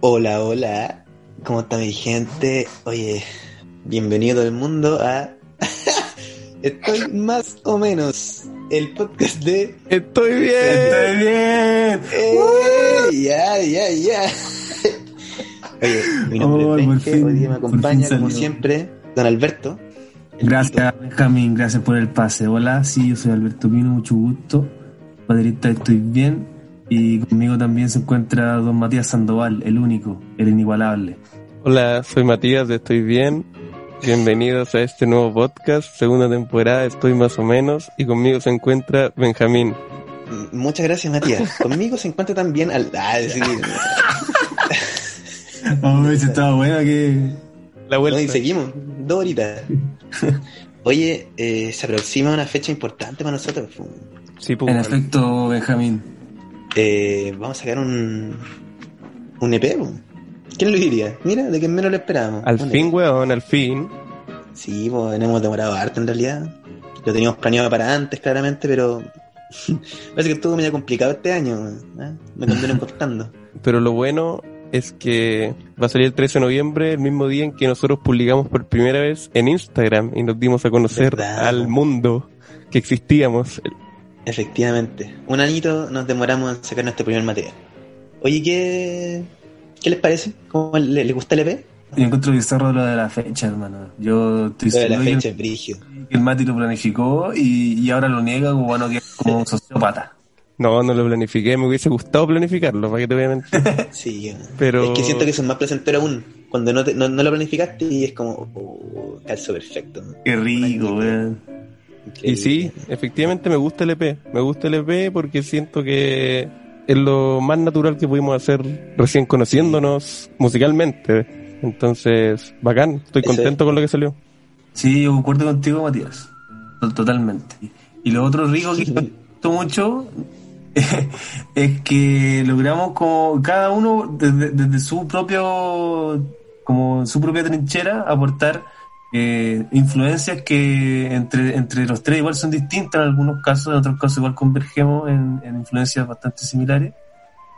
Hola, hola, ¿cómo está mi gente? Oye, bienvenido al mundo a Estoy más o menos el podcast de Estoy bien. Estoy bien. Eh, Ya, ya, ya. Oye, mi nombre Oh, es por Benje, fin, hoy día me por acompaña fin salió. como siempre Don Alberto. el Gracias, Benjamín. Gracias por el pase. Hola, sí, yo soy Alberto Pino. Mucho gusto. Padrita, estoy bien. Y conmigo también se encuentra don Matías Sandoval, el único, el inigualable. Hola, soy Matías de Estoy Bien. Bienvenidos a este nuevo podcast, segunda temporada, estoy más o menos, y conmigo se encuentra Benjamín. M- Mm, Muchas gracias, Matías. Conmigo se encuentra también al... Ah, sí. Hombre, si estaba bueno que. La No, y vuelta. seguimos, dos horitas. Oye, eh, se aproxima una fecha importante para nosotros. Sí, pues, bueno. En efecto, Benjamín. Eh, vamos a sacar un, un EP. po. ¿Quién lo diría? Mira, de que menos lo esperábamos. al Un fin, EP. weón, al fin. Sí, pues hemos demorado harto en realidad. Lo teníamos planeado para antes, claramente, pero parece que estuvo medio complicado este año. ¿eh? Me conviene cortando. Pero lo bueno es que va a salir el 13 de noviembre, el mismo día en que nosotros publicamos por primera vez en Instagram y nos dimos a conocer ¿Verdad? al mundo que existíamos. Efectivamente. Un añito nos demoramos en sacar nuestro primer material. Oye, ¿qué, qué les parece? ¿Cómo le, le gusta el E EP? Yo encuentro bizarro lo de la fecha, hermano. Yo estoy Lo de la seguro fecha que es brígido. que el Mati lo planificó y, y ahora lo niega como bueno que es como un sociópata. No, no lo planifiqué, me hubiese gustado planificarlo, para que te voy a mentir. Sí, Pero- es que siento que eso es más placentero aún. Cuando no, te- no, no lo planificaste y es como, oh, calzo perfecto. Qué rico, weón. Y sí, efectivamente me gusta el EP. Me gusta el EP porque siento que es lo más natural que pudimos hacer recién conociéndonos musicalmente. Entonces, bacán. Estoy Eso es. contento con lo que salió. Sí, yo concuerdo contigo, Matías. To- Totalmente. Y lo otro rico que me gustó mucho es que logramos como cada uno desde, desde su propio, como su propia trinchera, aportar eh, influencias que entre, entre los tres igual son distintas en algunos casos, en otros casos igual convergemos en, en influencias bastante similares.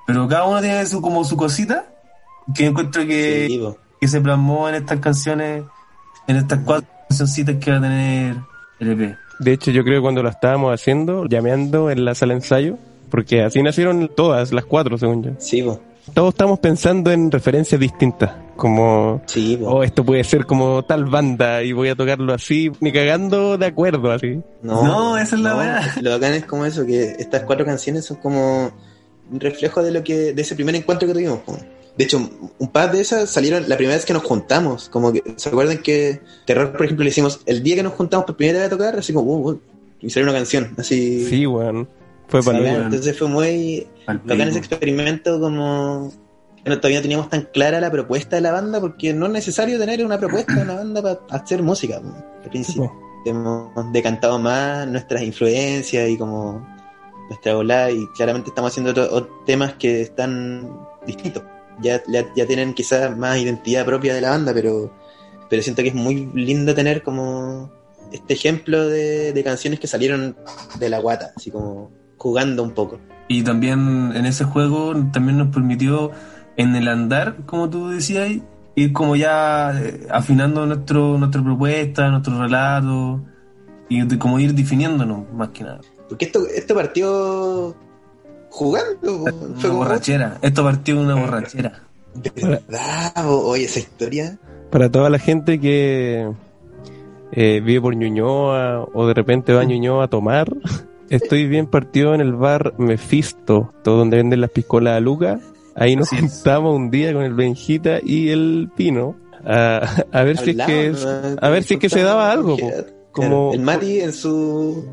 Pero cada uno tiene su, como su cosita que encuentro Eh, que Sí, po. que se plasmó en estas canciones, en estas cuatro cancioncitas que va a tener el E EP. De hecho, yo creo que cuando lo estábamos haciendo, llameando en la sala de ensayo, porque así nacieron todas, las cuatro, según yo. Sí, po. Todos estábamos pensando en referencias distintas, como Sí, po. oh, esto puede ser como tal banda y voy a tocarlo así, ni cagando de acuerdo así. No, esa es la weá. Lo bacán es como eso, que estas cuatro canciones son como un reflejo de lo que de ese primer encuentro que tuvimos. po. De hecho, un par de esas salieron la primera vez que nos juntamos. Como que, ¿se acuerdan que Terror, por ejemplo, le hicimos el día que nos juntamos por primera vez a tocar? Así como, uh, uh, y salió una canción. Así. Sí, weón. Fue para Sí, bueno. entonces fue muy Al bacán ese pico. experimento como bueno, todavía no teníamos tan clara la propuesta de la banda porque no es necesario tener una propuesta de una banda para hacer música po. al principio hemos decantado más nuestras influencias y como nuestra ola y claramente estamos haciendo otro- ot- temas que están distintos ya, ya, ya tienen quizás más identidad propia de la banda pero pero siento que es muy lindo tener como este ejemplo de, de canciones que salieron de la guata así como jugando un poco Y también en ese juego también nos permitió en el andar, como tú decías, ir como ya eh, afinando nuestro, nuestra propuesta, nuestro relato, y de- como ir definiéndonos más que nada. Porque esto, esto partió jugando. po. Fue Una como, Ah, borrachera. Esto partió de una borrachera. de verdad, po. oye, esa historia. Para toda la gente que eh, vive por Ñuñoa o de repente va Mm. a Ñuñoa a tomar, estoy bien partido en el bar Mefisto, todo donde venden las piscolas a Luca. Ahí nos Así es. juntamos un día con el Benjita y el Pino a, a ver si es que Hablamos, ¿no? a ver si es que se daba algo, po. Claro. Como- El Mati en su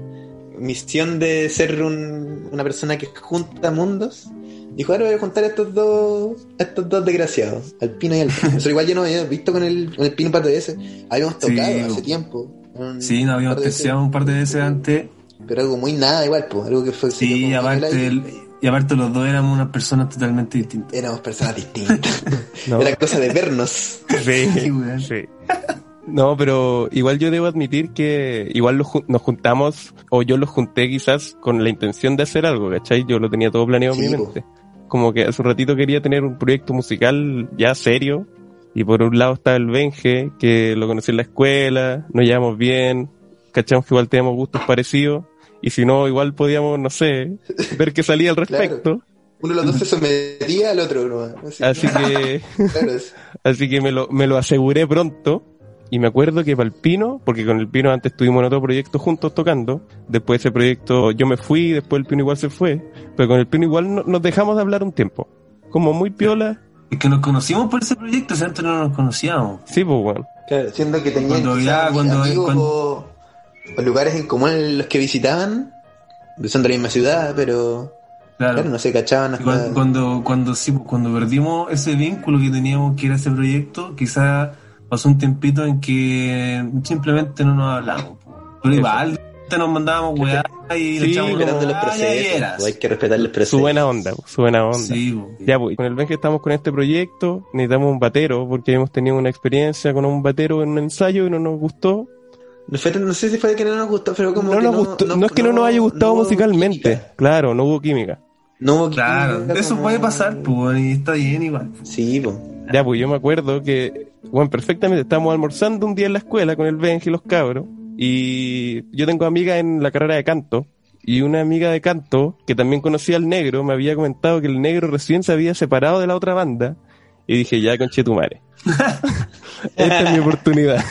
misión de ser un- una persona que junta mundos, Dijo, ahora voy a juntar a estos dos, a estos dos desgraciados, al Pino y al Pino. Eso igual yo no había visto con el, con el Pino un par de veces. Habíamos Sí, tocado hace bueno. tiempo. un Sí, nos habíamos par de veces, testeado un par de veces antes. Pero algo muy nada igual, pues, algo que fue Sí, como y en aparte, el aire. el- y aparte los dos éramos unas personas totalmente distintas. éramos personas distintas. No. Era cosa de vernos. Sí, Sí, weón. sí. No, pero igual yo debo admitir que igual los ju- nos juntamos, o yo los junté quizás con la intención de hacer algo, ¿cachai? Yo lo tenía todo planeado en Sí, mi po. mente. Como que hace un ratito quería tener un proyecto musical ya serio, y por un lado estaba el Benje, que lo conocí en la escuela, nos llevamos bien, cachamos que igual teníamos gustos parecidos, y si no, igual podíamos, no sé, ver qué salía al respecto. Uno de los dos se sometía al otro, ¿no? Así, Así que... claro, es- Así que me lo, me lo aseguré pronto. Y me acuerdo que para el Pino, porque con el Pino antes estuvimos en otro proyecto juntos tocando. Después ese proyecto yo me fui, después el Pino igual se fue. Pero con el Pino igual no- nos dejamos de hablar un tiempo. Como muy piola. Es que nos conocimos por ese proyecto, o sea, antes no nos conocíamos. Sí, pues bueno. claro, siendo que tenían Cuando quizás ya, cuando- amigos cuando- O, o lugares en común en los que visitaban, son de la misma ciudad, pero Claro. claro, no se cachaban Y hasta... cuan- Cuando, cuando, sí, pues, cuando perdimos ese vínculo que teníamos que era ese proyecto, quizás pasó un tiempito en que simplemente no nos hablamos. pues. Pero Eso. igual te nos mandábamos weá y Sí, echamos Respetando como, los "Ah, ya procesos, vieras". pues, hay que respetar los procesos. Su buena onda, pues, su buena onda. Sí, pues. Ya, pues, con el Benji estamos con este proyecto, necesitamos un batero, porque hemos tenido una experiencia con un batero en un ensayo y no nos gustó. No, fue tan- no sé si fue que no nos gustó, pero como no, que nos gustó- no es que no, nos haya gustado hubo musicalmente. química. Claro, no hubo química. No hubo Claro, química, eso como- puede pasar, pues, y está bien igual. Sí, pues. Ya, pues yo me acuerdo que, bueno, perfectamente, estábamos almorzando un día en la escuela con el Benji y los cabros, y yo tengo amigas en la carrera de canto, y una amiga de canto, que también conocía al negro, me había comentado que el negro recién se había separado de la otra banda, y dije, ya, conche tu madre. Esta es mi oportunidad.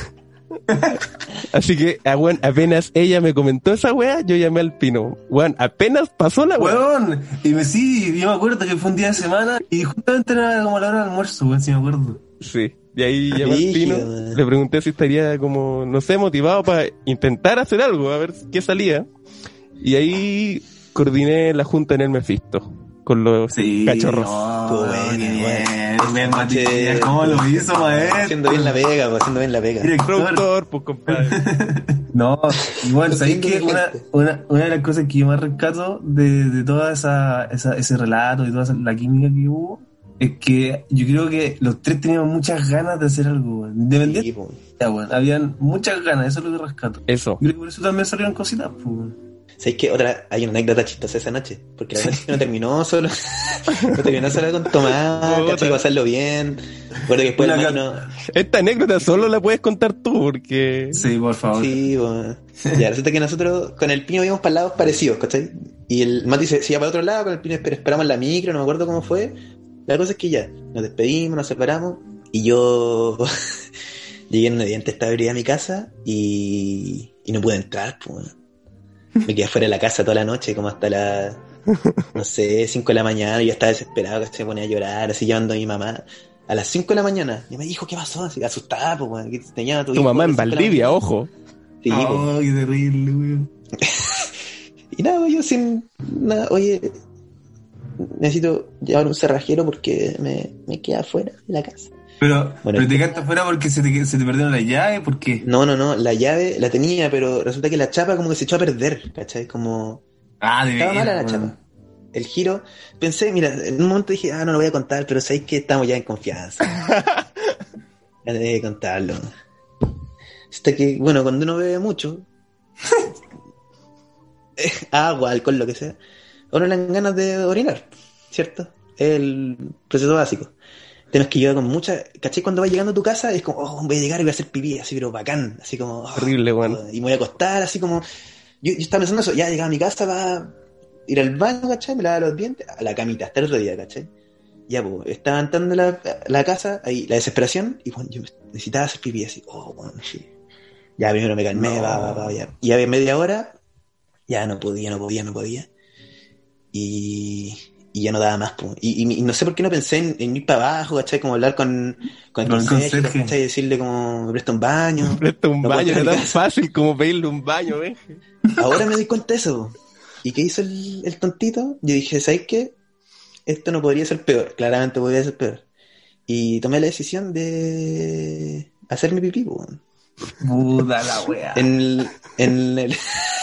Así que, ah, weón, apenas ella me comentó esa wea, yo llamé al pino. Weón, apenas pasó Ah, la wea. Weón, y me sí, yo me acuerdo que fue un día de semana y justamente era como la hora del almuerzo, weón, si me acuerdo. Sí. Y ahí llamé al Brígido, Pino, man. le pregunté si estaría como, no sé, motivado para intentar hacer algo, a ver qué salía. Y ahí coordiné la junta en el Mefisto con los Sí, cachorros. no, Buena, weón, qué buena. bien, bien, Matías, ¿cómo lo hizo, Haciendo maestro? bien la pega, pues, haciendo bien la pega. Director. Productor, pues compadre. No, igual, Lo ¿sabéis siento, que mi una, gente. una, una de las cosas que yo más rescato de, de toda esa, esa- ese relato y toda esa- la química que hubo es que yo creo que los tres teníamos muchas ganas de hacer algo, weón. Independiente, Sí, pues. ya, weón, habían muchas ganas, eso es lo que rescato. Eso. Yo creo que por eso también salieron cositas, pues. weón. ¿Sabéis que otra? Hay una anécdota chistosa esa noche. Porque la noche no terminó solo. no terminó solo con tomar, Puta. ¿cachai? Pasarlo bien. Recuerdo que después el Una mano. Esta anécdota solo la puedes contar tú, porque... Sí, por favor. Sí, bueno. Ya, resulta que nosotros con el pino íbamos para lados parecidos, ¿cachai? Y el Mati se, se iba para otro lado, con el pino esper- esperamos la micro, no me acuerdo cómo fue. La cosa es que ya, nos despedimos, nos separamos, y yo llegué en una evidente estabilidad a mi casa y, y no pude entrar, pues. bueno. Me quedé fuera de la casa toda la noche, como hasta las, no sé, 5 de la mañana, y yo estaba desesperado, que se ponía a llorar, así llamando a mi mamá. A las 5 de la mañana, y me dijo, ¿qué pasó? Así, asustada, pues, bueno, que tenía a Tu hijo mamá a en las cinco de la Valdivia, mañana. ojo. Sí, pues. Oh, qué terrible, weón. Y nada, yo sin nada, oye, necesito llevar un cerrajero porque me, me queda afuera de la casa. Pero, Bueno, pero te quedaste afuera porque se te, se te perdieron las llaves, porque. No, no, no, la llave la tenía, pero resulta que la chapa como que se echó a perder, ¿cachai? Como Ah, de estaba veras, mala la weón. chapa. El giro, pensé, mira, en un momento dije, ah, no lo voy a contar, pero sabéis que estamos ya en confianza. Ya dejé de contarlo. Hasta que, bueno, cuando uno bebe mucho, eh, agua, alcohol, lo que sea, a uno le dan ganas de orinar, ¿cierto? El proceso básico. Tienes que llegar con mucha. ¿Cachai? Cuando vas llegando a tu casa, es como, oh, voy a llegar y voy a hacer pipí, así, pero bacán, así como. oh, Horrible, weón. y me voy a acostar, así como. Yo, yo estaba pensando eso, ya llegaba a mi casa, va a ir al baño, ¿cachai? Me lavaba los dientes, a la camita, hasta el otro día, ¿cachai? Ya, pues, estaba entrando la, la casa, ahí, la desesperación, y bueno, yo necesitaba hacer pipí, así, oh, bueno, sí. Ya primero me calmé, No. va, va, va, ya. Y a media hora, ya no podía, no podía, no podía. Y, y ya no daba más, pues. Y, y- y no sé por qué no pensé en, en ir para abajo, ¿cachai? Como hablar con, con el Con el conserje, conserje. ¿cachai? Y decirle como, me presta un baño. Presta un No pues, baño, puedo era tan creer. fácil como pedirle un baño, ¿eh? Ahora me di cuenta de eso. po. ¿Y qué hizo el, el tontito? Yo dije, ¿sabes qué? esto no podría ser peor, claramente podría ser peor. Y tomé la decisión de hacerme pipí, weón. Buda la wea. En, el- en, el-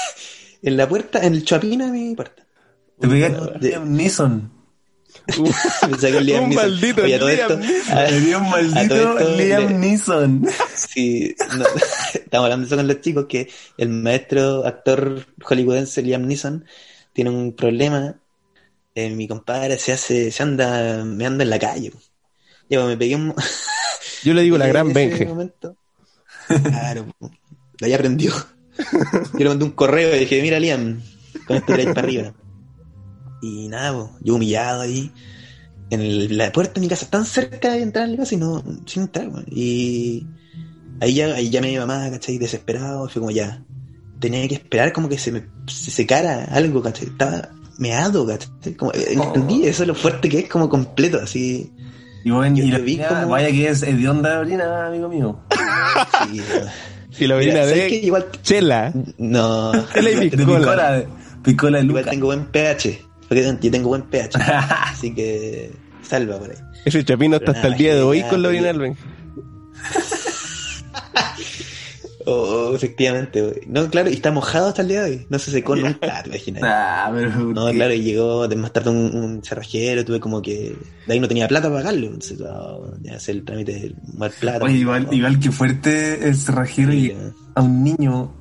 en la puerta, en el chapina de mi puerta. Te pegaste Puta, un de- Liam Neeson. Me saqué el Liam Un Neeson. maldito Oye, a todo Liam esto. Ah, a- Te dio un a todo maldito esto Liam le- Neeson. Sí, no, estamos hablando de eso con los chicos, que el maestro actor hollywoodense Liam Neeson tiene un problema. Eh, mi compadre se hace, se anda, me anda en la calle. po. Ya, pues, me pegué un... Yo le digo la gran en ese Benje. momento. Claro, po. de ahí aprendió. Yo le mandé un correo y dije, mira Liam, con esto tiráis para arriba. Y nada, po, yo humillado ahí. En el- la puerta de mi casa, tan cerca de entrar en la casa y no, sin entrar, weón. Y ahí ya, ahí llamé a mi mamá, ¿cachai? Desesperado, fue como ya. Tenía que esperar como que se me se secara algo, ¿cachai? Estaba meado, ¿cachai? Como, eh, entendí, eso es lo fuerte que es, como completo, así. Y bueno, Yo y te la vi orina, como- vaya que es hedionda la orina, amigo mío. y, Y la orina mira, ¿sabes de qué? Igual Chela. No, Él es igual, De Picola. picola, de- picola de igual Luca. tengo buen pH. Porque yo tengo buen pH. así que salva por ahí. Ese chapino está Ah, Pero hasta el nada, día de hoy nada, con la orina del nada. Benje. Oh, oh, efectivamente, güey. No, claro, y está mojado hasta el día de hoy. No se secó nunca, te imaginas. Ah, pero No, claro, y llegó de- más tarde un, un cerrajero, tuve como que... De ahí no tenía plata para pagarlo, entonces oh, ya hacer el trámite de mal plata. Oye, igual, Oh, igual que fuerte el cerrajero Sí, y a un niño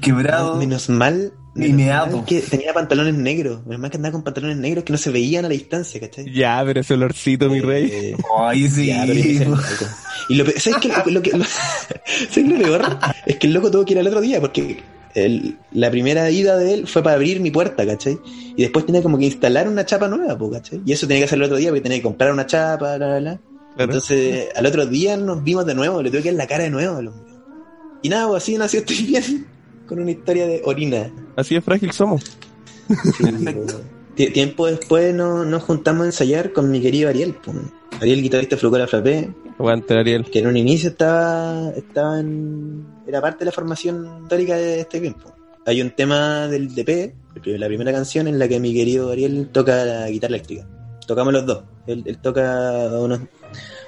quebrado. Menos mal, Y menos meado. mal que tenía pantalones negros. Menos mal que andaba con pantalones negros que no se veían a la distancia, ¿cachai? Ya, pero ese olorcito, mi rey. Eh, Ay, Oh, sí. Ya, pero tiene que ser algo. y lo, pe- ¿sabes qué? Lo- lo que- lo- ¿sabes lo peor? Es que el loco tuvo que ir al otro día porque el- la primera ida de él fue para abrir mi puerta, ¿cachai? Y después tenía como que instalar una chapa nueva, po, ¿cachai? Y eso tenía que hacerlo el otro día porque tenía que comprar una chapa, la, la, la. Claro. Entonces, al otro día nos vimos de nuevo, le tuve que dar la cara de nuevo. al hombre. Y nada, pues, así nació Estoy Bien con una historia de orina. Así de frágil somos. Sí, Perfecto. Tie- Tiempo después no- nos juntamos a ensayar con mi querido Ariel. po. Ariel, guitarrista de Flucora Frappé, Aguante, Ariel. que en un inicio estaba, estaba en, era parte de la formación histórica de este tiempo. Hay un tema del DP, el pri- la primera canción en la que mi querido Ariel toca la guitarra eléctrica. Tocamos los dos. Él, él toca unos,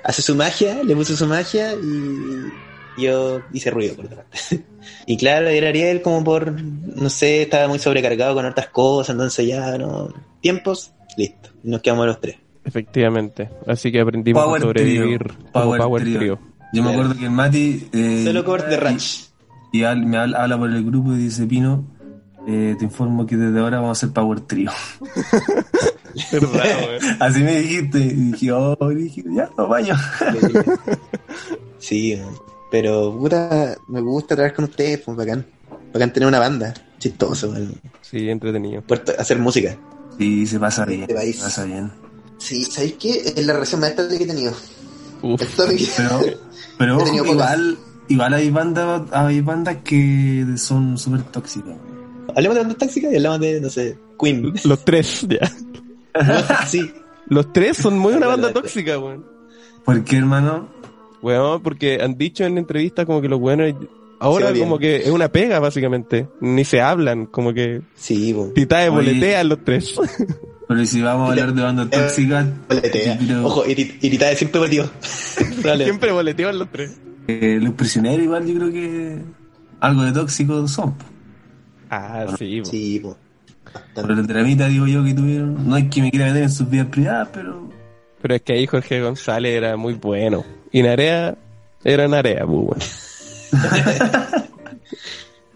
hace su magia, le puso su magia y yo hice ruido por otra parte. y claro, era Ariel como por, no sé, estaba muy sobrecargado con otras cosas, entonces ya no, tiempos, listo. Nos quedamos los tres. Efectivamente. Así que aprendimos Power a sobrevivir trio. como Power Power trio. Trio. Yo me acuerdo que el Mati. eh, Solo covers de Ranch. Y al- me habla, habla por el grupo y dice: Pino, eh, te informo que desde ahora vamos a hacer Power Trio. Así me dijiste. Y dije: Oh, y dije, ya, lo baño. Sí, man. pero puta, me gusta trabajar con ustedes, pues bacán. Bacán tener una banda, chistoso, man. Sí, entretenido. Puerto- hacer música. Sí, se pasa bien. Este país. Se pasa bien. Sí, ¿sabéis qué? Es la relación más estable que he tenido. Uf. Es toda mi vida. Pero, pero He tenido ojo, pocas. igual, igual hay bandas hay bandas que son súper tóxicas. Hablemos de bandas táxicas y hablamos de, no sé, Queen. Los tres, ya. sí, Los tres son muy una banda Adelante. tóxica, weón. ¿Por qué, hermano? Weón, porque han dicho en entrevistas como que los weones ahora Se odian. como que es una pega, básicamente. Ni se hablan, como que sí, po. titae Oye. boletean los tres. Pero si vamos a hablar de bandas tóxicas, Boletea. pero, Eh, Ojo, y tit- y Titae siempre metido. Dale. Siempre boletean los tres. eh, los prisioneros igual yo creo que algo de tóxico son. po. Ah, sí, po. Sí, po. Por el dramita digo yo que tuvieron. No es que me quiera meter en sus vidas privadas, pero Pero es que ahí Jorge González era muy bueno. Y Narea era Narea, pues, weón.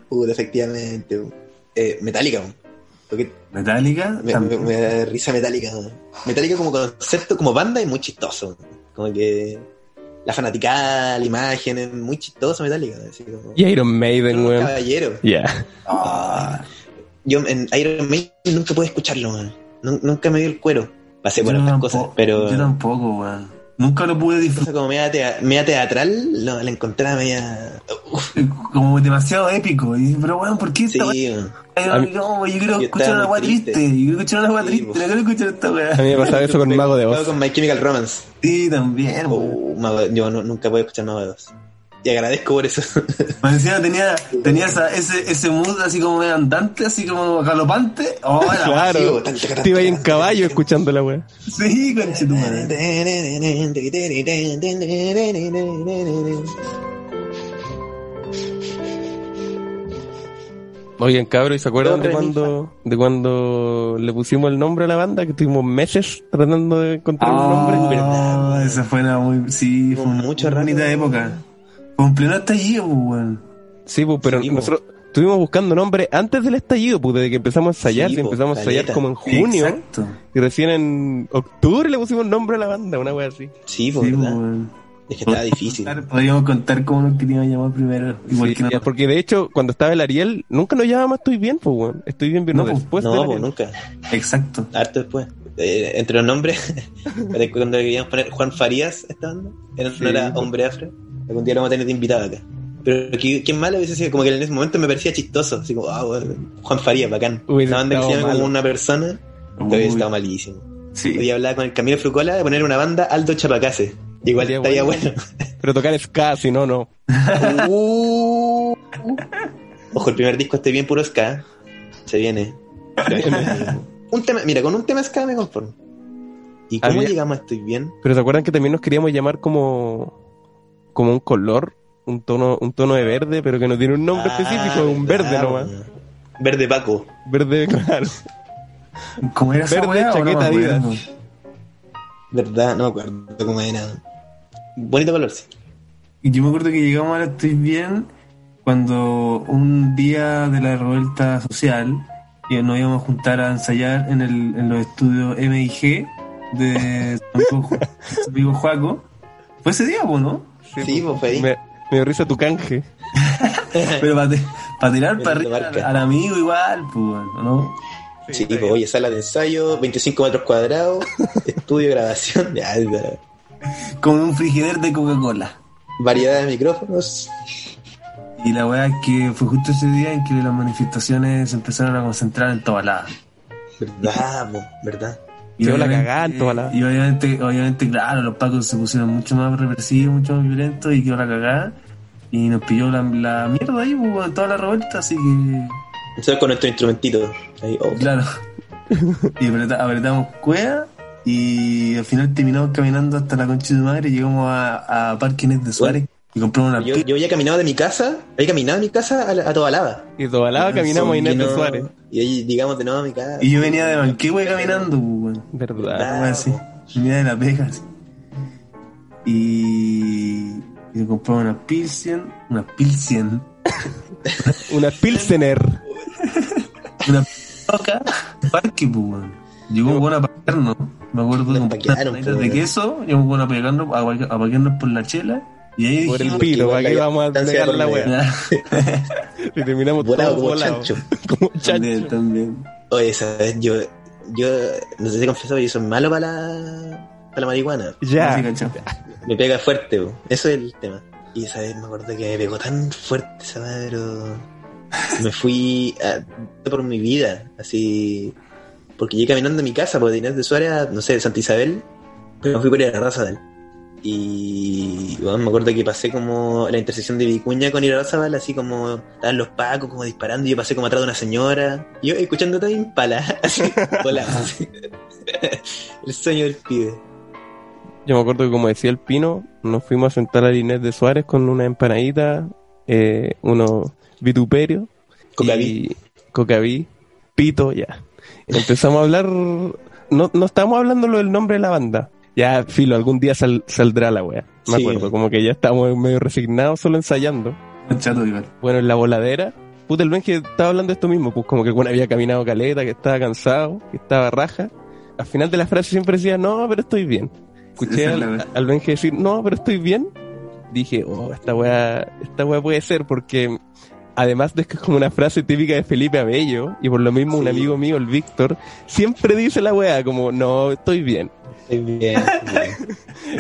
Puta, efectivamente. po. Eh, Metallica, po. Porque Metallica Me, me- también. me da risa Metallica. weón. Metallica como concepto, como banda es muy chistoso. weón. Como que la fanaticada, la imagen, es muy chistoso Metallica. weón. Así como- Y Iron Maiden, Son unos weón. caballeros. Ya. Ah, Yo en Iron Maiden nunca pude escucharlo, weón. Nun- Nunca me dio el cuero. Pasé por yo otras tampo- cosas, pero Yo una tampoco, weón. Nunca lo pude disfrutar. cosa como media, tea- media teatral, lo- la encontraba media... Uf, Como demasiado épico. Y, pero weón, ¿por qué sí, esta weón. Ay, A mí- no, güey, yo quiero Yo escuchar estaba una muy weá triste. triste. Yo quiero escuchar una weá Sí, triste. vos. No quiero escuchar esta A mí weá. me pasaba eso con Mago de Luego Oz. con My Chemical Romance. Uh, Sí, también, güey. Oh, Mago- yo no- nunca pude escuchar Mago de Oz. Y agradezco por eso. Más encima tenía, tenía esa- ese, ese mood así como de andante, así como galopante. Oh, la- Claro, tan, tan, te iba ahí en tan, caballo escuchando la wea. Sí, conchetumare. Oigan, cabros, ¿y se acuerdan Dos de remixes. cuando, de cuando le pusimos el nombre a la banda? Que estuvimos meses tratando de encontrar un nombre. pero- Ah, esa fue una muy. Sí, fue Con una mucho muy rato. bonita época. Cumplió el estallido, pues, weón. sí, pues, pero Sí, po. nosotros estuvimos buscando nombre antes del estallido, pues, desde que empezamos a ensayar. Sí, pues, si po, empezamos a ensayar caleta. como en junio. Exacto. Y recién en octubre le pusimos nombre a la banda, una wea así. Sí, pues, Sí, pues, ¿verdad? weón. Es que estaba difícil. Claro, Podríamos contar cómo nos queríamos llamar primero. Igual Sí, que no. ya, Porque de hecho, cuando estaba el Ariel, nunca nos llamaba Estoy Bien, pues, weón. Estoy Bien, vino No, po. después del No, pues Ariel. nunca. Exacto. Harto después. Eh, entre los nombres, para cuando queríamos poner Juan Farías, esta banda, era, no Sí. era hombre afro. Algún día lo vamos a tener de invitado acá. Pero ¿qué, qué malo hubiese sido, como que en ese momento me parecía chistoso. Así como, ah, bueno, Juan Farías, bacán. Hubiera una banda que se estado llama como malo. una persona, Uy, todavía estaba malísimo. sí. Hoy hablaba con el Camilo Frucola de poner una banda Aldo Chapacase. Igual Sería estaría bueno. bueno. Pero tocar ska, si no, no. Ojo, el primer disco esté bien puro ska. Se viene. un tema, mira, con un tema ska me conformo. ¿Y cómo Había- llegamos a Estoy Bien? Pero se acuerdan que también nos queríamos llamar como, como un color, un tono, un tono de verde, pero que no tiene un nombre Ah, específico, un verdad, verde nomás. weón. Verde Paco. Verde, claro. ¿Cómo era esa Verde, weá? o no me chaqueta acuerdo? ¿Verdad? No me acuerdo cómo era. Bonito color, sí. Y Yo me acuerdo que llegamos a Estoy Bien cuando un día de la revuelta social que nos íbamos a juntar a ensayar en, el, en los estudios MIG de su amigo, Ju- su amigo Juaco. Fue ese día, po, ¿no? Sí, po. pues, fue ahí. Me, me dio risa tu canje. Pero para tirar para arriba marca. al amigo igual, pues, bueno, ¿no? Sí, pues, oye, sala de ensayo, 25 metros cuadrados, estudio de grabación. Ya, ya. Con un frigider de Coca-Cola. variedad de micrófonos. Y la weá es que fue justo ese día en que las manifestaciones se empezaron a concentrar en Tobalá. ¿Verdad? po, ¿Verdad? Y Quedó la obviamente- cagada en toda la- Y obviamente, obviamente, claro, los pacos se pusieron mucho más represivos, mucho más violentos y quedó la cagada. Y nos pilló la, la mierda ahí, pues, con toda la revuelta, así que. Entonces con nuestro instrumentito. Ahí, oh. Claro. Y apreta- apretamos cueva y al final terminamos caminando hasta la concha de su madre. Llegamos a, a Parque Inés de Suárez y compramos una Yo, pizza. yo había caminado de mi casa, había caminado de mi casa a, la- a toda lava. Y toda la caminamos a Inés de Suárez. Y ahí, digamos, de nuevo a mi casa. Y yo venía de Manquehue caminando, pues, weón. Verdad. Verdad. Algo así. Venía de Las Vegas. Y. Y me compré una Pilsen. Una Pilsen. Una Pilsener. Una Coca. Parque, pues, weón. Llegó un buen a paquearnos. Me acuerdo Nos de comprar paquearon, galletas pues, de weón. queso. Llegó un buen a paquearnos, a paque- a paquearnos por la chela. Y ahí Por el dijimos, pilo, igual ¿para qué la vamos a distancia pegar la por wea? Y terminamos Volado todos como volados. chancho. Como chancho. también, también. Oye, ¿sabes? Yo, yo, no sé si confesaba, yo soy malo para la, para la marihuana. Así, Ya. ¿cachai? Me pega fuerte, po. eso es el tema. Y esa vez me acuerdo que me pegó tan fuerte esa madre, pero me fui a- por mi vida, así. Porque llegué caminando a mi casa, porque de Inés de Suárez, a, no sé, de Santa Isabel, pero me fui por la raza Y bueno, me acuerdo que pasé como la intersección de Vicuña con Irarrázaval, así como estaban los pacos como disparando, y yo pasé como atrás de una señora, y yo escuchando todo impala, así, volado, así. El sueño del pibe. Yo me acuerdo que como decía el Pino, nos fuimos a sentar a Inés de Suárez con una empanadita, eh, unos vituperios. Cocaví. y Cocaví, Pito, ya. Empezamos a hablar, no, no estábamos hablando lo del nombre de la banda. Ya, filo, algún día sal- saldrá la wea. Me Sí. acuerdo, como que ya estábamos medio resignados, solo ensayando. Un chato igual. Bueno, en la voladera, puta, el Benji estaba hablando de esto mismo, pues como que el bueno, había caminado caleta, que estaba cansado, que estaba raja. Al final de la frase siempre decía, no, pero estoy bien. Escuché Esa es al, la wea. al Benji decir, no, pero estoy bien. Dije, oh, esta weá, esta weá puede ser, porque además de que es como una frase típica de Felipe Abello, y por lo mismo un Sí. amigo mío, el Víctor, siempre dice la weá como, no, estoy bien. Estoy bien, estoy bien.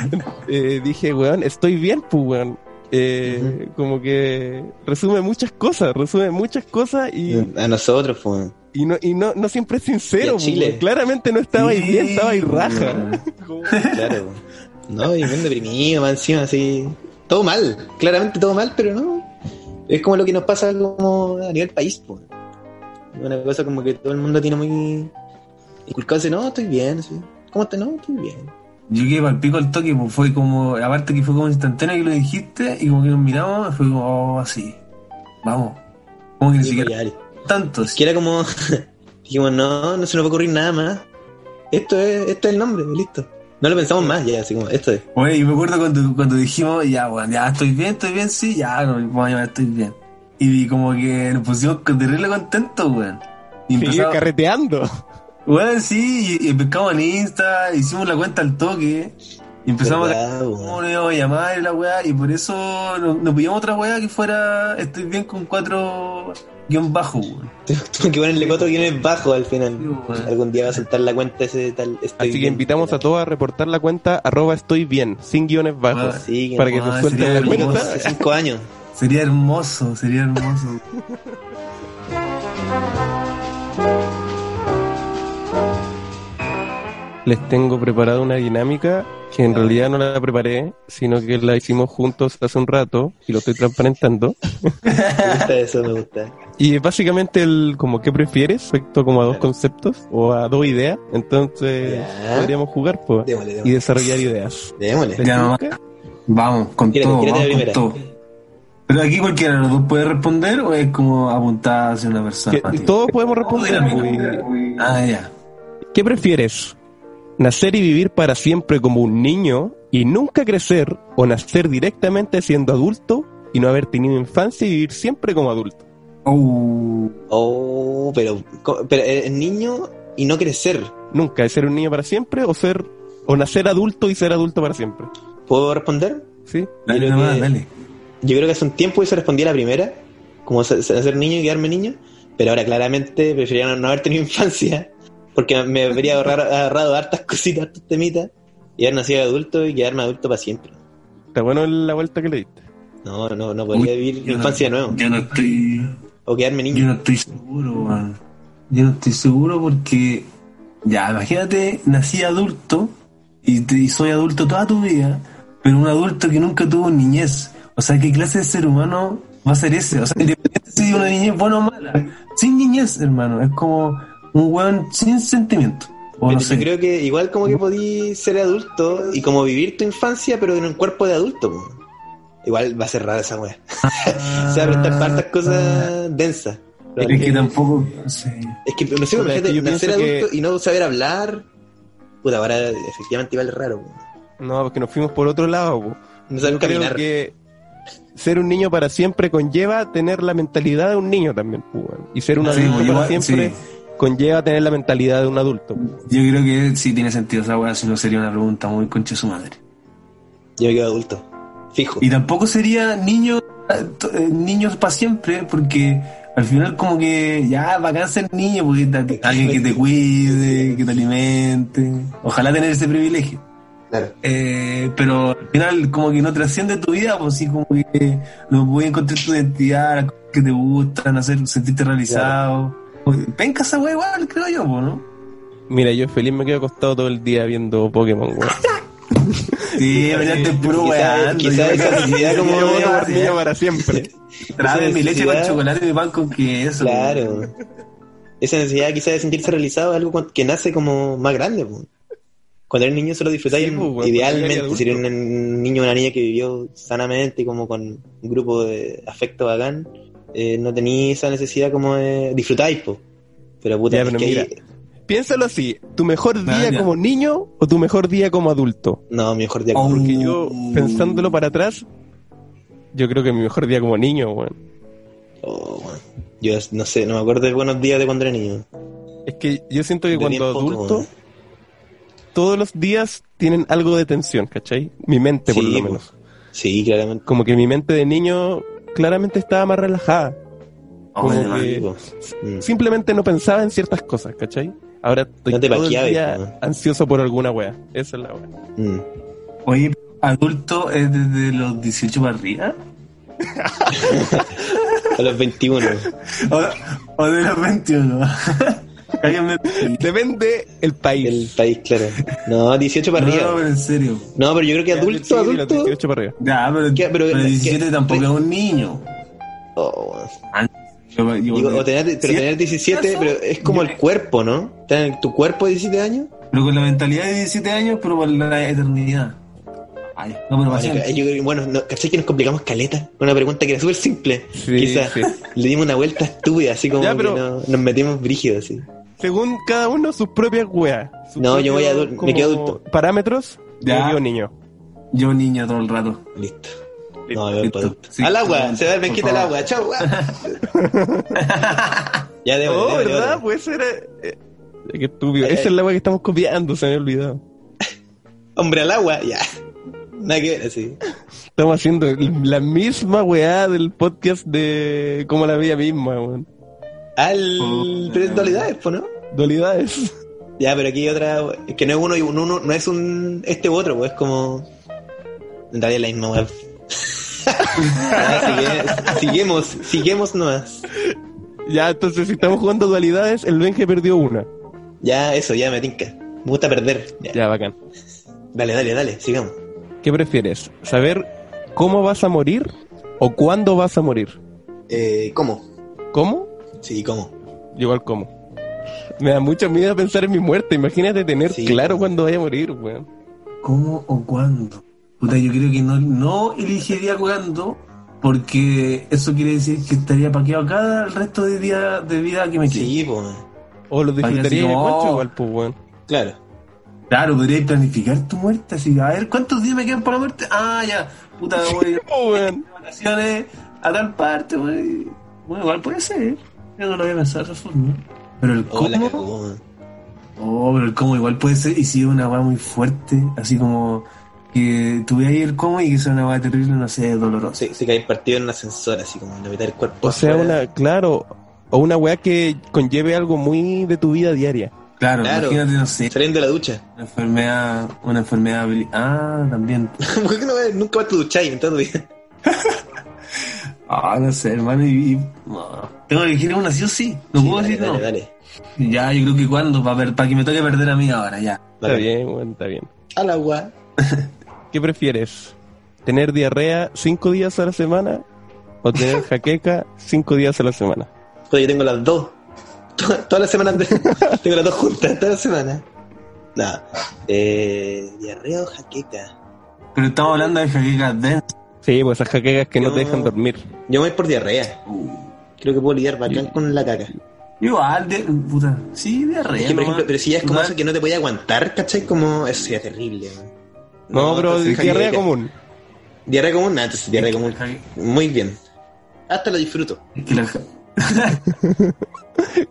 Eh, dije, weón, estoy bien, pues, weón. Eh, Como que resume muchas cosas, resume muchas cosas y, A nosotros, pues. y no, y no, no siempre es sincero. Y a Chile. pues, Claramente no estaba ahí bien, estaba ahí raja. Sí, Claro. No, y bien deprimido, más encima, así. todo mal, claramente todo mal, pero no. Es como lo que nos pasa como a nivel país, pues. Una cosa como que todo el mundo tiene muy inculcado, dice, no, estoy bien, sí. ¿Cómo estás? No, estoy bien. Yo quedé para el pico el toque, pues fue como, aparte que fue como instantáneo que lo dijiste y como que nos miramos, fue como, oh, así, vamos. Como que ni Sí, siquiera pues, ya, tantos. que era como dijimos no no se nos va a ocurrir nada más esto es esto es el nombre pues, listo no lo pensamos más ya así como esto es Oye, yo me acuerdo cuando, cuando dijimos, ya, bueno, ya estoy bien, estoy bien, sí, ya, no, vamos a llamar, estoy bien. Y como que nos pusimos con terrible contentos, weón. Y Sigue empezamos, carreteando. weón, sí, y, y pescamos en Insta, hicimos la cuenta al toque, y empezamos Verdad, a weón. cómo nos íbamos a llamar y la weá, y por eso nos, nos pillamos otra weá que fuera, estoy bien con cuatro guión bajo, weón. tuve que ponerle cuatro guiones bajo al final Sí, bueno. algún día va a saltar la cuenta ese tal estoy Así que bien. invitamos a todos a reportar la cuenta arroba estoy bien, sin guiones bajos. Ah, sí, que para que no, se ah, suelten sería la como cuenta. hace cinco años Sería hermoso, sería hermoso. Les tengo preparada una dinámica que Ah. en realidad no la preparé, sino que la hicimos juntos hace un rato y lo estoy transparentando. me gusta eso me gusta Y es básicamente el como qué prefieres, respecto como a dos conceptos o a dos ideas, entonces Ya. podríamos jugar pues, Démosle, y démosle. desarrollar ideas. démosle Ya, ¿Te mamá. tinca? Vamos, con Tírate, todo, tírate vamos la primera. con todo. Pero aquí cualquiera de los dos puede responder o es como apuntar hacia una persona. Que tío? todos podemos responder. güey. Ah, ya. ¿Qué prefieres? ¿Nacer y vivir para siempre como un niño y nunca crecer o nacer directamente siendo adulto y no haber tenido infancia y vivir siempre como adulto? Oh, oh pero co- pero eh, es niño y no crecer Nunca, ser un niño para siempre o ser o nacer adulto y ser adulto para siempre. puedo responder ¿Sí? dale Creo nomás, que- dale. Yo creo que hace un tiempo se respondía la primera, como se- se- ser niño y quedarme niño, pero ahora claramente preferiría no, no haber tenido infancia, porque me habría ahorrar, ahorrado hartas cositas, hartas temitas, y haber nacido adulto y quedarme adulto para siempre. Está bueno la vuelta que le diste. No, no, no podría Uy, vivir yo no- infancia de nuevo, Yo no estoy. o quedarme niño. Yo no estoy seguro, weón. Yo no estoy seguro porque. Ya, imagínate, nací adulto y, te- y soy adulto toda tu vida, pero un adulto que nunca tuvo niñez. O sea, ¿qué clase de ser humano va a ser ese? O sea, independiente si una niñez buena o mala. Sin niñez, hermano. Es como un weón sin sentimiento. O Pero no yo sé. creo que igual como que podí ser adulto y como vivir tu infancia, pero en un cuerpo de adulto. po. Igual va a ser rara esa wea. Se va a prestar Ah, para hartas cosas densas. Ah, Es que tampoco. no sé. Es que no sé, Puta, es imagínate que yo nacer pienso adulto y no saber hablar. Puta, ahora efectivamente igual es raro. weón. No, porque nos fuimos por otro lado. po. No saber Yo creo caminar. que ser un niño para siempre conlleva tener la mentalidad de un niño también. po, weón. Y ser un Sí, adulto yo- para siempre sí. conlleva tener la mentalidad de un adulto. po. Yo creo que sí tiene sentido esa weá, si no sería una pregunta muy concha de su madre. Yo me quedo adulto. Fijo. Y tampoco sería niño, eh, to- eh, niños para siempre, porque al final como que ya bacán ser niño, porque ta- alguien que te cuide, que te alimente. Ojalá tener ese privilegio. Claro. Eh, pero al final como que no trasciende tu vida, pues sí, como que no puedes encontrar tu identidad, las cosas que te gustan, hacer, sentirte realizado. Venga esa wea igual, creo yo, pues, ¿no? Mira, yo feliz me quedo acostado todo el día viendo Pokémon. weón. Sí, venía te puro Quizá, weando. quizá yo- esa necesidad como Yo voto medio- por niño para siempre. Trae esa mi leche con necesidad- chocolate y mi pan con queso. Claro. Esa necesidad quizá de sentirse realizado es algo cu- que nace como más grande. po. Cuando eres niño solo disfrutáis Sí, en- po, weón, cuando idealmente. eres Si eres adulto. un niño o una niña que vivió sanamente y como con un grupo de afecto bacán, eh, no tenías esa necesidad como de disfrutáis. po. Pero puta, Ya, es pero que ahí- mira. Piénsalo así, tu mejor día Vaya. como niño o tu mejor día como adulto. no, mi mejor día. Oh, Porque yo, Uh. pensándolo para atrás, yo creo que mi mejor día como niño, weón. Oh, bueno. Yo no sé, no me acuerdo de buenos días de cuando era niño. Es que yo siento que De cuando bien poco, adulto, weón. todos los días tienen algo de tensión, ¿cachai? Mi mente, por Sí, lo po. menos. Sí, claramente. Como que mi mente de niño claramente estaba más relajada. Oye, Como man. que- Sí, po. Mm. Simplemente no pensaba en ciertas cosas, ¿cachai? Ahora estoy No te todo el paqueabas, día ¿no? ansioso por alguna wea. Esa es la wea. Mm. Oye, adulto es desde los 18 para arriba. A los 21. O, o de los 21. Alguien me- Depende el país. El país, claro. No, 18 para No, arriba. pero en serio. No, pero yo creo que Ya, sí, adulto, de los adulto. 18 para arriba. Ya, pero, ¿Qué? Pero- pero ¿qué? 17 tampoco Re- es un niño. Oh, Yo- yo- digo, o tener, pero Sí, tener 17, eso, pero es como yo- el cuerpo, ¿no? Tener tu cuerpo de 17 años. Pero con la mentalidad de 17 años, pero para la eternidad. Ay, no, pero Bueno, paciencia. yo creo que- bueno, no, ¿cachai que nos complicamos caleta? Una pregunta que era súper simple. Sí, Quizás sí. le dimos una vuelta estúpida, así como Ya, pero- que no- nos metimos brígidos, así. Según cada uno sus propias weas. sus No, yo voy propios adulto, me como quedo adulto. Parámetros, Ya. yo digo niño. Yo niño todo el rato. Listo. Listo, No, yo listo. producto. Sí, al agua, por se va, me favor. quita el agua, chao, weá. ya debo, oh, debo, debo, ¿verdad? debo. Pues era. eh, Qué estúpido. Ay, Esa ay. es la wea que estamos copiando, se me ha olvidado. Hombre al agua, ya. Nada que ver, así. Estamos haciendo el- la misma weá del podcast de como la vida misma, weón. Al. Oh. Pero es dualidades, pues, ¿no? Dualidades. Ya, pero aquí hay otra. Es que no es uno y un- uno, no es un. Este u otro, pues es como. En realidad es la misma web. Siguemos, siguemos nomás. Ya, entonces si estamos jugando dualidades, el Benje perdió una. Ya, eso, ya me tinca. Me gusta perder. Ya. Ya, bacán. Dale, dale, dale, sigamos. ¿Qué prefieres? ¿Saber cómo vas a morir o cuándo vas a morir? Eh, ¿Cómo? ¿Cómo? Sí, ¿cómo? Yo Igual como. Me da mucho miedo pensar en mi muerte. Imagínate tener Sí. claro cuándo vaya a morir, weón. ¿Cómo o cuándo? Puta, yo creo que no, no elegiría cuándo, porque eso quiere decir que estaría paqueado cada el resto de día de vida que me quede. Sí, pues. O lo disfrutaría de Ay, así concho no. igual, pues, weón. Claro. Claro, podrías planificar tu muerte así. A ver, ¿cuántos días me quedan para la muerte? Ah, ya. Puta, voy a ir Oh, weón. de vacaciones a tal parte, güey. Bueno, igual puede ser. ¿eh? Yo no lo había pensado de esa forma. Pero el Oh, la cómo. cagó, weón. Oh, pero el cómo igual puede ser, y si es una weá muy fuerte, así como que tuve ahí el cómo y que sea una weá terrible, no sé, dolorosa. Sí, sí que hay partido en un ascensor, así como en la mitad del cuerpo. O sea, afuera. una, claro, o una weá que conlleve algo muy de tu vida diaria. Claro, Claro. imagínate, no sé, Saliendo de la ducha. una enfermedad, una enfermedad, habili- ah, también, ¿Por qué no, ves- nunca vas a tu ducha y entonces. ah, no sé, hermano, y, y- no. tengo que elegir una sí o sí, no Sí, puedo dale, decir no. dale, dale. Ya, yo creo que cuando, para que me toque perder a mí ahora, ya. Está Dale. bien, weón, está bien. Al agua. ¿Qué prefieres? ¿Tener diarrea cinco días a la semana o tener jaqueca cinco días a la semana? Joder, Pues yo tengo las dos. Tod- Todas las semanas de- tengo las dos juntas, todas las semanas. Nada. Eh, diarrea o jaqueca. Pero estamos hablando de jaqueca densa. Sí, pues esas jaquecas que no, No. te dejan dormir. Yo me voy por diarrea. Creo que puedo lidiar bacán con la caca. Igual, de, puta, sí, diarrea. Es que, por nomás. ejemplo, pero si ya es como Igual. eso que no te podía aguantar, ¿cachai? Como eso sería terrible. man. No, pero entonces diarrea jaqueca. común. Diarrea común, nada, entonces diarrea común. Muy bien. Hasta lo disfruto. Es que la ja-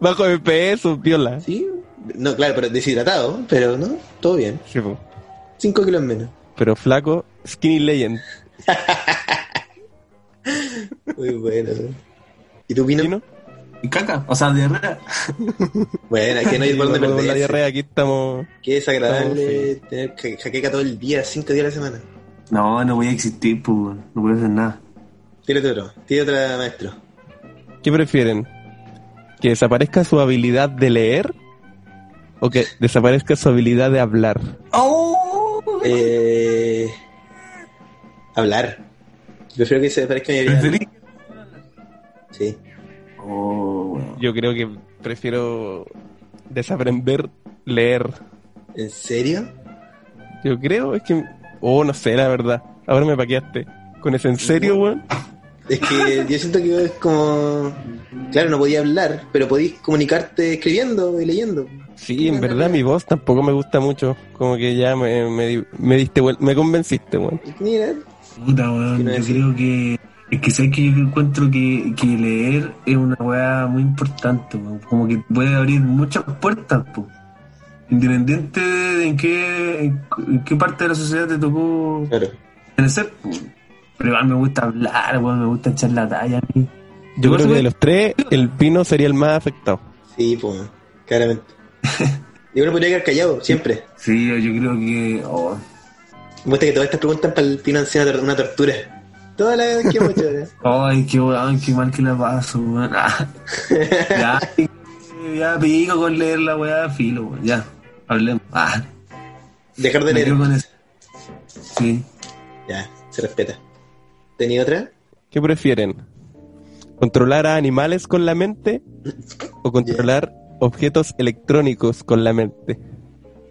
Bajo de peso, viola. ¿Sí? No, claro, pero deshidratado, pero no, todo bien. Sí, po. Cinco kilos menos. pero flaco, skinny legend. Muy bueno. ¿no? ¿Y tú, Pino? ¿Sí, no? y caca, o sea, diarrea. Bueno, es que no hay Sí, por dónde con la perderse. diarrea aquí estamos. Qué desagradable Estamos, tener ja- jaqueca todo el día, cinco días a la semana. No, no voy a existir, pues, weón. no voy a hacer nada. Tírate otro, tírate otra, maestro. ¿Qué prefieren? ¿Que desaparezca su habilidad de leer? ¿O que desaparezca su habilidad de hablar? ¡Oh! Eh, hablar. Prefiero que se parezca a mi habilidad. ¿Preferís? Sí. Oh, weón. Yo creo que prefiero desaprender leer. ¿En serio? Yo creo, es que... Oh, no sé, la verdad. Ahora me paqueaste. ¿Con ese en serio, weón? Es que yo siento que es como... Claro, no podía hablar, pero podís comunicarte escribiendo y leyendo. Sí, en verdad mi voz tampoco me gusta mucho. Como que ya me, me, di- me diste vuel- me convenciste, weón. Mira, Puta, weón, Quiero yo decir- creo que. Es que sabes que yo encuentro que, que leer es una weá muy importante, weón. Como que puede abrir muchas puertas, pues. Independiente de en qué, en, en qué parte de la sociedad te tocó claro. crecer, po. Pero igual me gusta hablar, weón, me gusta echar la talla a mí. Yo Igual creo se que de puede- los tres, el pino sería el más afectado. Sí, pues, claramente. Yo no podría quedar callado, siempre. Sí, yo- yo creo que. oh, Me gusta que todas estas preguntas para el Pino han sido una tor- una tortura. Todas las que hemos ¿eh? hecho, ¿verdad? Ay, qué weón, qué mal que la paso, weón. Ah. ya, ya pico con leer la weá, filo, weón. Ya, hablemos. Ah, Dejar de me leer. quedo con eso. Sí. Ya, se respeta. ¿Tenía otra? ¿Qué prefieren? ¿Controlar a animales con la mente o controlar objetos electrónicos con la mente?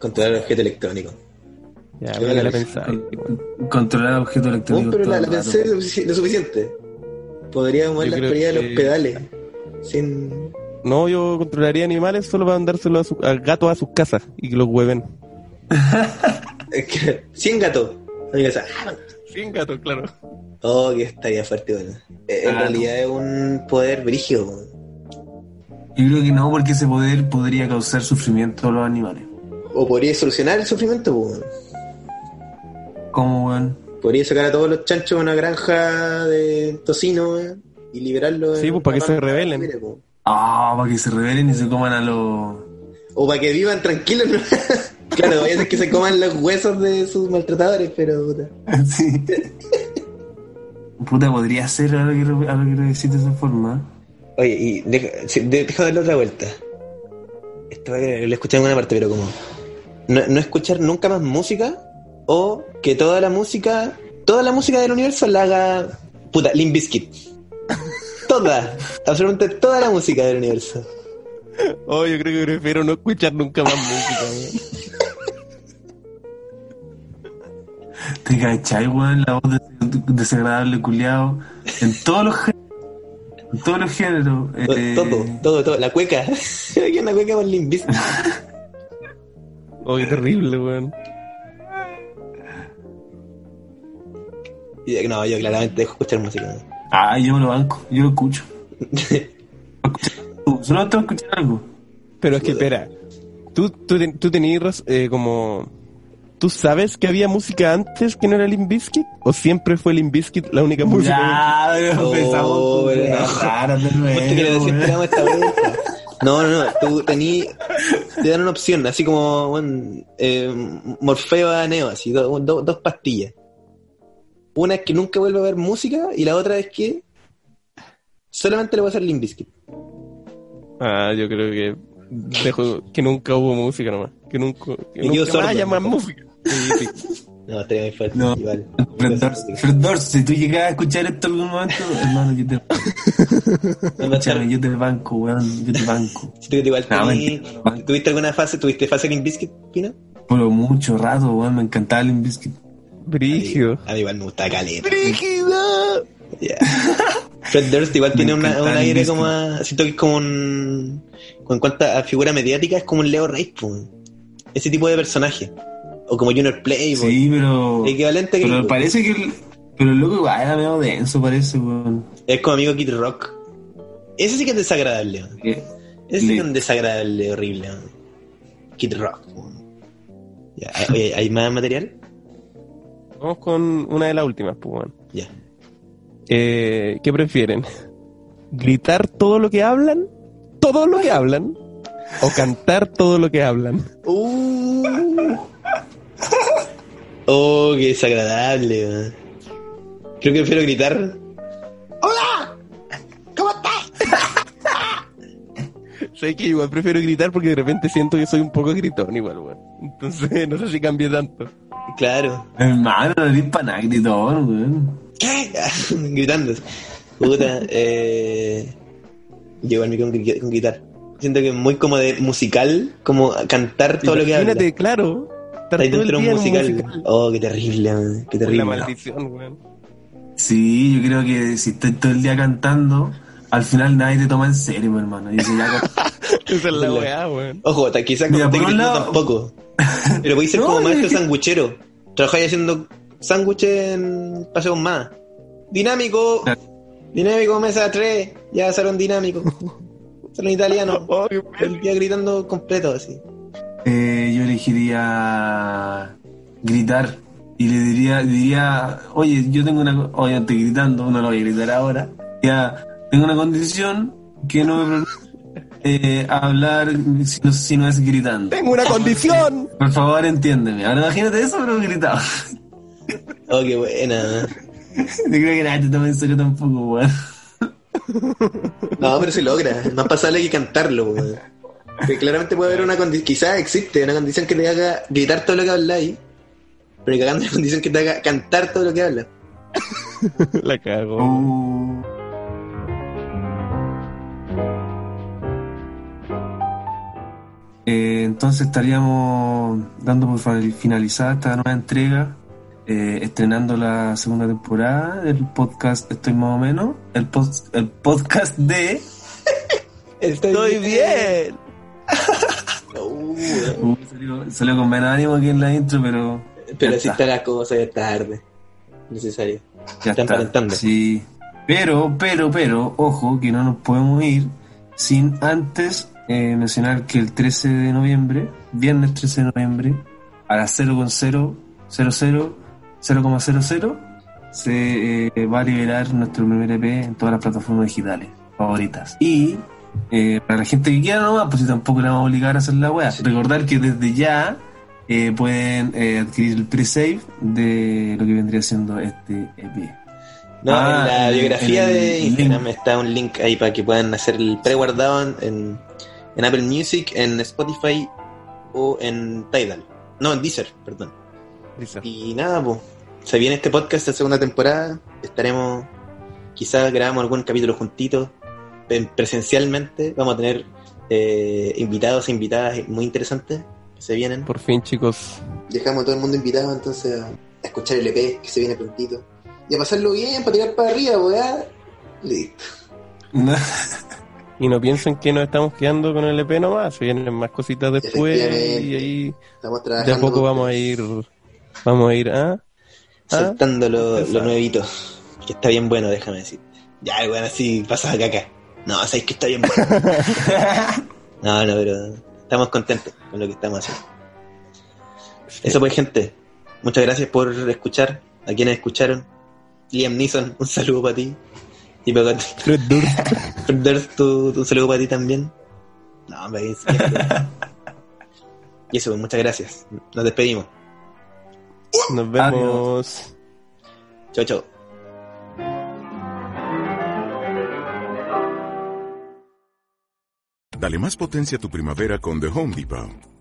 Controlar el objeto electrónico. Ya, Yo me la la- pensaba. eh, Controlar objetos Uy, electrónicos. Oh, pero la, todo la el rato. pensé lo, sufici- lo suficiente. Podría mover Yo la creo prioridad de que- los pedales. Sin. No, yo controlaría animales solo para mandárselo a su, al gato a sus casas y que los hueven. es que- Sin gato. Amigo, o sea, Sin gatos, claro. Oh, que estaría fuerte, bueno. Eh, En Ah, realidad es un poder brígido, bueno. Yo creo que no, porque ese poder podría causar sufrimiento a los animales. O podría solucionar el sufrimiento, bueno. ¿Cómo, weón? Podría sacar a todos los chanchos a una granja de tocino, weón, Y liberarlos. Sí, en pues, para que una se parte de la rebelen. familia, pues. Ah, para que se rebelen y se coman a los. O para que vivan tranquilos. ¿no? claro, vaya a ser que se coman los huesos de sus maltratadores, pero puta. sí. Puta, podría ser ahora que, lo- ahora que lo decís de esa forma. Oye, y deja, sí, de- deja darle otra vuelta. Esto va a quedar- lo escuché en una parte, pero como. No, no escuchar nunca más música. O que toda la música. Toda la música del universo la haga. Puta, Limp Bizkit. Toda. Absolutamente toda la música del universo. Oh, yo creo que prefiero no escuchar nunca más música. weón. ¿Te cachai, weón? La voz des- desagradable, culiao. En todos los géneros. En todos los géneros. eh, Todo, todo, todo. La cueca. Hay una cueca con Limp Bizkit. Oh, qué terrible, weón. Y, No, yo claramente dejo escuchar música. Ah, yo me lo banco, yo lo escucho. Solo tengo que escuchar algo. Pero es que, espera, tú, tú, ten- tú tenías raz- eh, como... ¿Tú sabes que había música antes que no era Limp Bizkit? ¿O siempre fue Limp Bizkit la única música? Ya, pero Oh, empezamos con pero weas no. raras de Vos te querés nuevo, decir, weón. "Te amo esta vuelta". No, no, no. Tú tení, te dan una opción, así como bueno, eh, Morfeo a Neo, así, do- do- dos pastillas. Una es que nunca vuelva a ver música y la otra es que solamente le voy a hacer Limp Bizkit. Ah, yo creo que... Dejo que nunca hubo música nomás. Que nunca... Me Que quedo nunca sordo, más haya más mejor. música. Sí, sí. No, estaría muy fuerte. No. Igual. Fred Durst, Fred Durst, si tú llegas a escuchar esto en algún momento, hermano, yo te, No, no, escúchame, no. yo te banco, weón, yo te banco. Si tú igual No, tení- mentira, no. ¿Tuviste alguna fase? ¿Tuviste fase Limp Bizkit, Pino? Por mucho rato, weón, me encantaba el Biscuit. Brígido. A mí igual me gustaba caleta. Ya. Fred Durst igual tiene una- encanta un el aire disco. como a, siento que es como un con cuanto a figura mediática es como un Leo Reis po. ese tipo de personaje o como Junior Playboy Sí, pero. equivalente a Pero gringo. parece que. el- Pero el loco igual era medio denso, parece, weón. es como amigo Kid Rock ese sí que es desagradable man. Eh, ese sí que es Sí. un desagradable horrible man. Kid Rock po. Ya, ¿hay- oye, ¿hay más material? Vamos con una de las últimas, pues, weón. ya Eh, ¿Qué prefieren? ¿Gritar todo lo que hablan? ¿Todo lo que hablan? ¿O cantar todo lo que hablan? Uh. Oh, qué desagradable. man. Creo que prefiero gritar. ¡Hola! ¿Cómo estás? Sé que igual prefiero gritar porque de repente siento que soy un poco gritón igual, weón. Entonces, no sé si cambie tanto. Claro. Hermano, no eres panagritón, weón. ¿Qué? Gritando. Puta, eh. Llevo al micrófono con, con gritar. Siento que es muy como de musical, como cantar todo lo que habla. Imagínate, claro. Está Estar ahí todo el dentro de día un en un musical. musical. Oh, qué terrible, man, qué Con la terrible. maldición, weón. Sí, yo creo que si estoy todo el día cantando, al final nadie te toma en serio, hermano. Y si ya Esa es la weá, weón. Ojo, hasta quizás Mira, como te por un gritando lado- tampoco. Pero podéis ser No, como es maestro que- sanguchero. Trabajáis haciendo sándwiches en Paseo Más. Dinámico. Claro. Dinámico, mesa 3. Ya salón dinámico. Salón italiano. Oh, qué El pena. día gritando completo así. Eh, yo elegiría gritar y le diría, diría, oye, yo tengo una, co- oye, estoy gritando, no lo voy a gritar ahora. Ya, tengo una condición que no me permite, eh, hablar si no, si no es gritando. Tengo una condición. Por favor, entiéndeme. Ahora imagínate eso, pero gritado. Oh, qué buena. Yo creo que nadie te toma en serio tampoco, weón. No, pero se logra. Es más pasable que cantarlo, weón. Que claramente puede haber una condición, quizás existe una condición que te haga gritar todo lo que habláis, pero cagando una condición que te haga cantar todo lo que hablas. La cago. Oh. Eh, entonces estaríamos dando por fa- finalizada esta nueva entrega, eh, estrenando la segunda temporada del podcast Estoy más o menos, el, pod- el podcast de... Estoy bien. Uh, Uh, salió, salió con menos ánimo aquí en la intro, pero pero Ya así está. está la cosa, ya es tarde. Necesario. ya Están calentando. Sí. Pero, pero, pero, ojo, que no nos podemos ir sin antes eh, mencionar que el 13 de noviembre, viernes 13 de noviembre, a las 0,000, 0,00, se eh, va a liberar nuestro primer EP en todas las plataformas digitales favoritas. Y eh, para la gente que quiera nomás, pues si tampoco la vamos a obligar a hacer la wea. Recordar que desde ya eh, pueden eh, adquirir el pre-save de lo que vendría siendo este EP. No, Ah, en la el- biografía el de link. Instagram está un link ahí para que puedan hacer el preguardado en, en, en Apple Music, en Spotify o en Tidal. No, en Deezer, perdón. Listo. Y nada, pues, se viene este podcast de segunda temporada. Estaremos, quizás grabamos algún capítulo juntitos, en- presencialmente. Vamos a tener eh, invitados e invitadas muy interesantes que se vienen. Por fin, chicos. Dejamos a todo el mundo invitado entonces a a escuchar el EP que se viene prontito. Y a pasarlo bien, para tirar para arriba, weá. Listo. Y no piensen que nos estamos quedando con el EP nomás. Se vienen más cositas después. Y ahí Estamos de a trabajando. poco vamos a ir. Vamos a ir. ¿ah? ¿Ah? Soltando lo, Exacto. lo nuevito. Que está bien bueno, déjame decir. Ya, weón, así pasas acá acá. No, sabéis que está bien bueno. no, no, pero estamos contentos con lo que estamos haciendo. Eso pues, gente. Muchas gracias por escuchar. A quienes escucharon. Liam Neeson, un saludo para ti. Y para Fred Durst. Durst, tu- un saludo para ti también. No, hombre, es- Y eso, pues, muchas gracias. Nos despedimos. Nos vemos. Chao, chao. Dale más potencia a tu primavera con The Home Depot.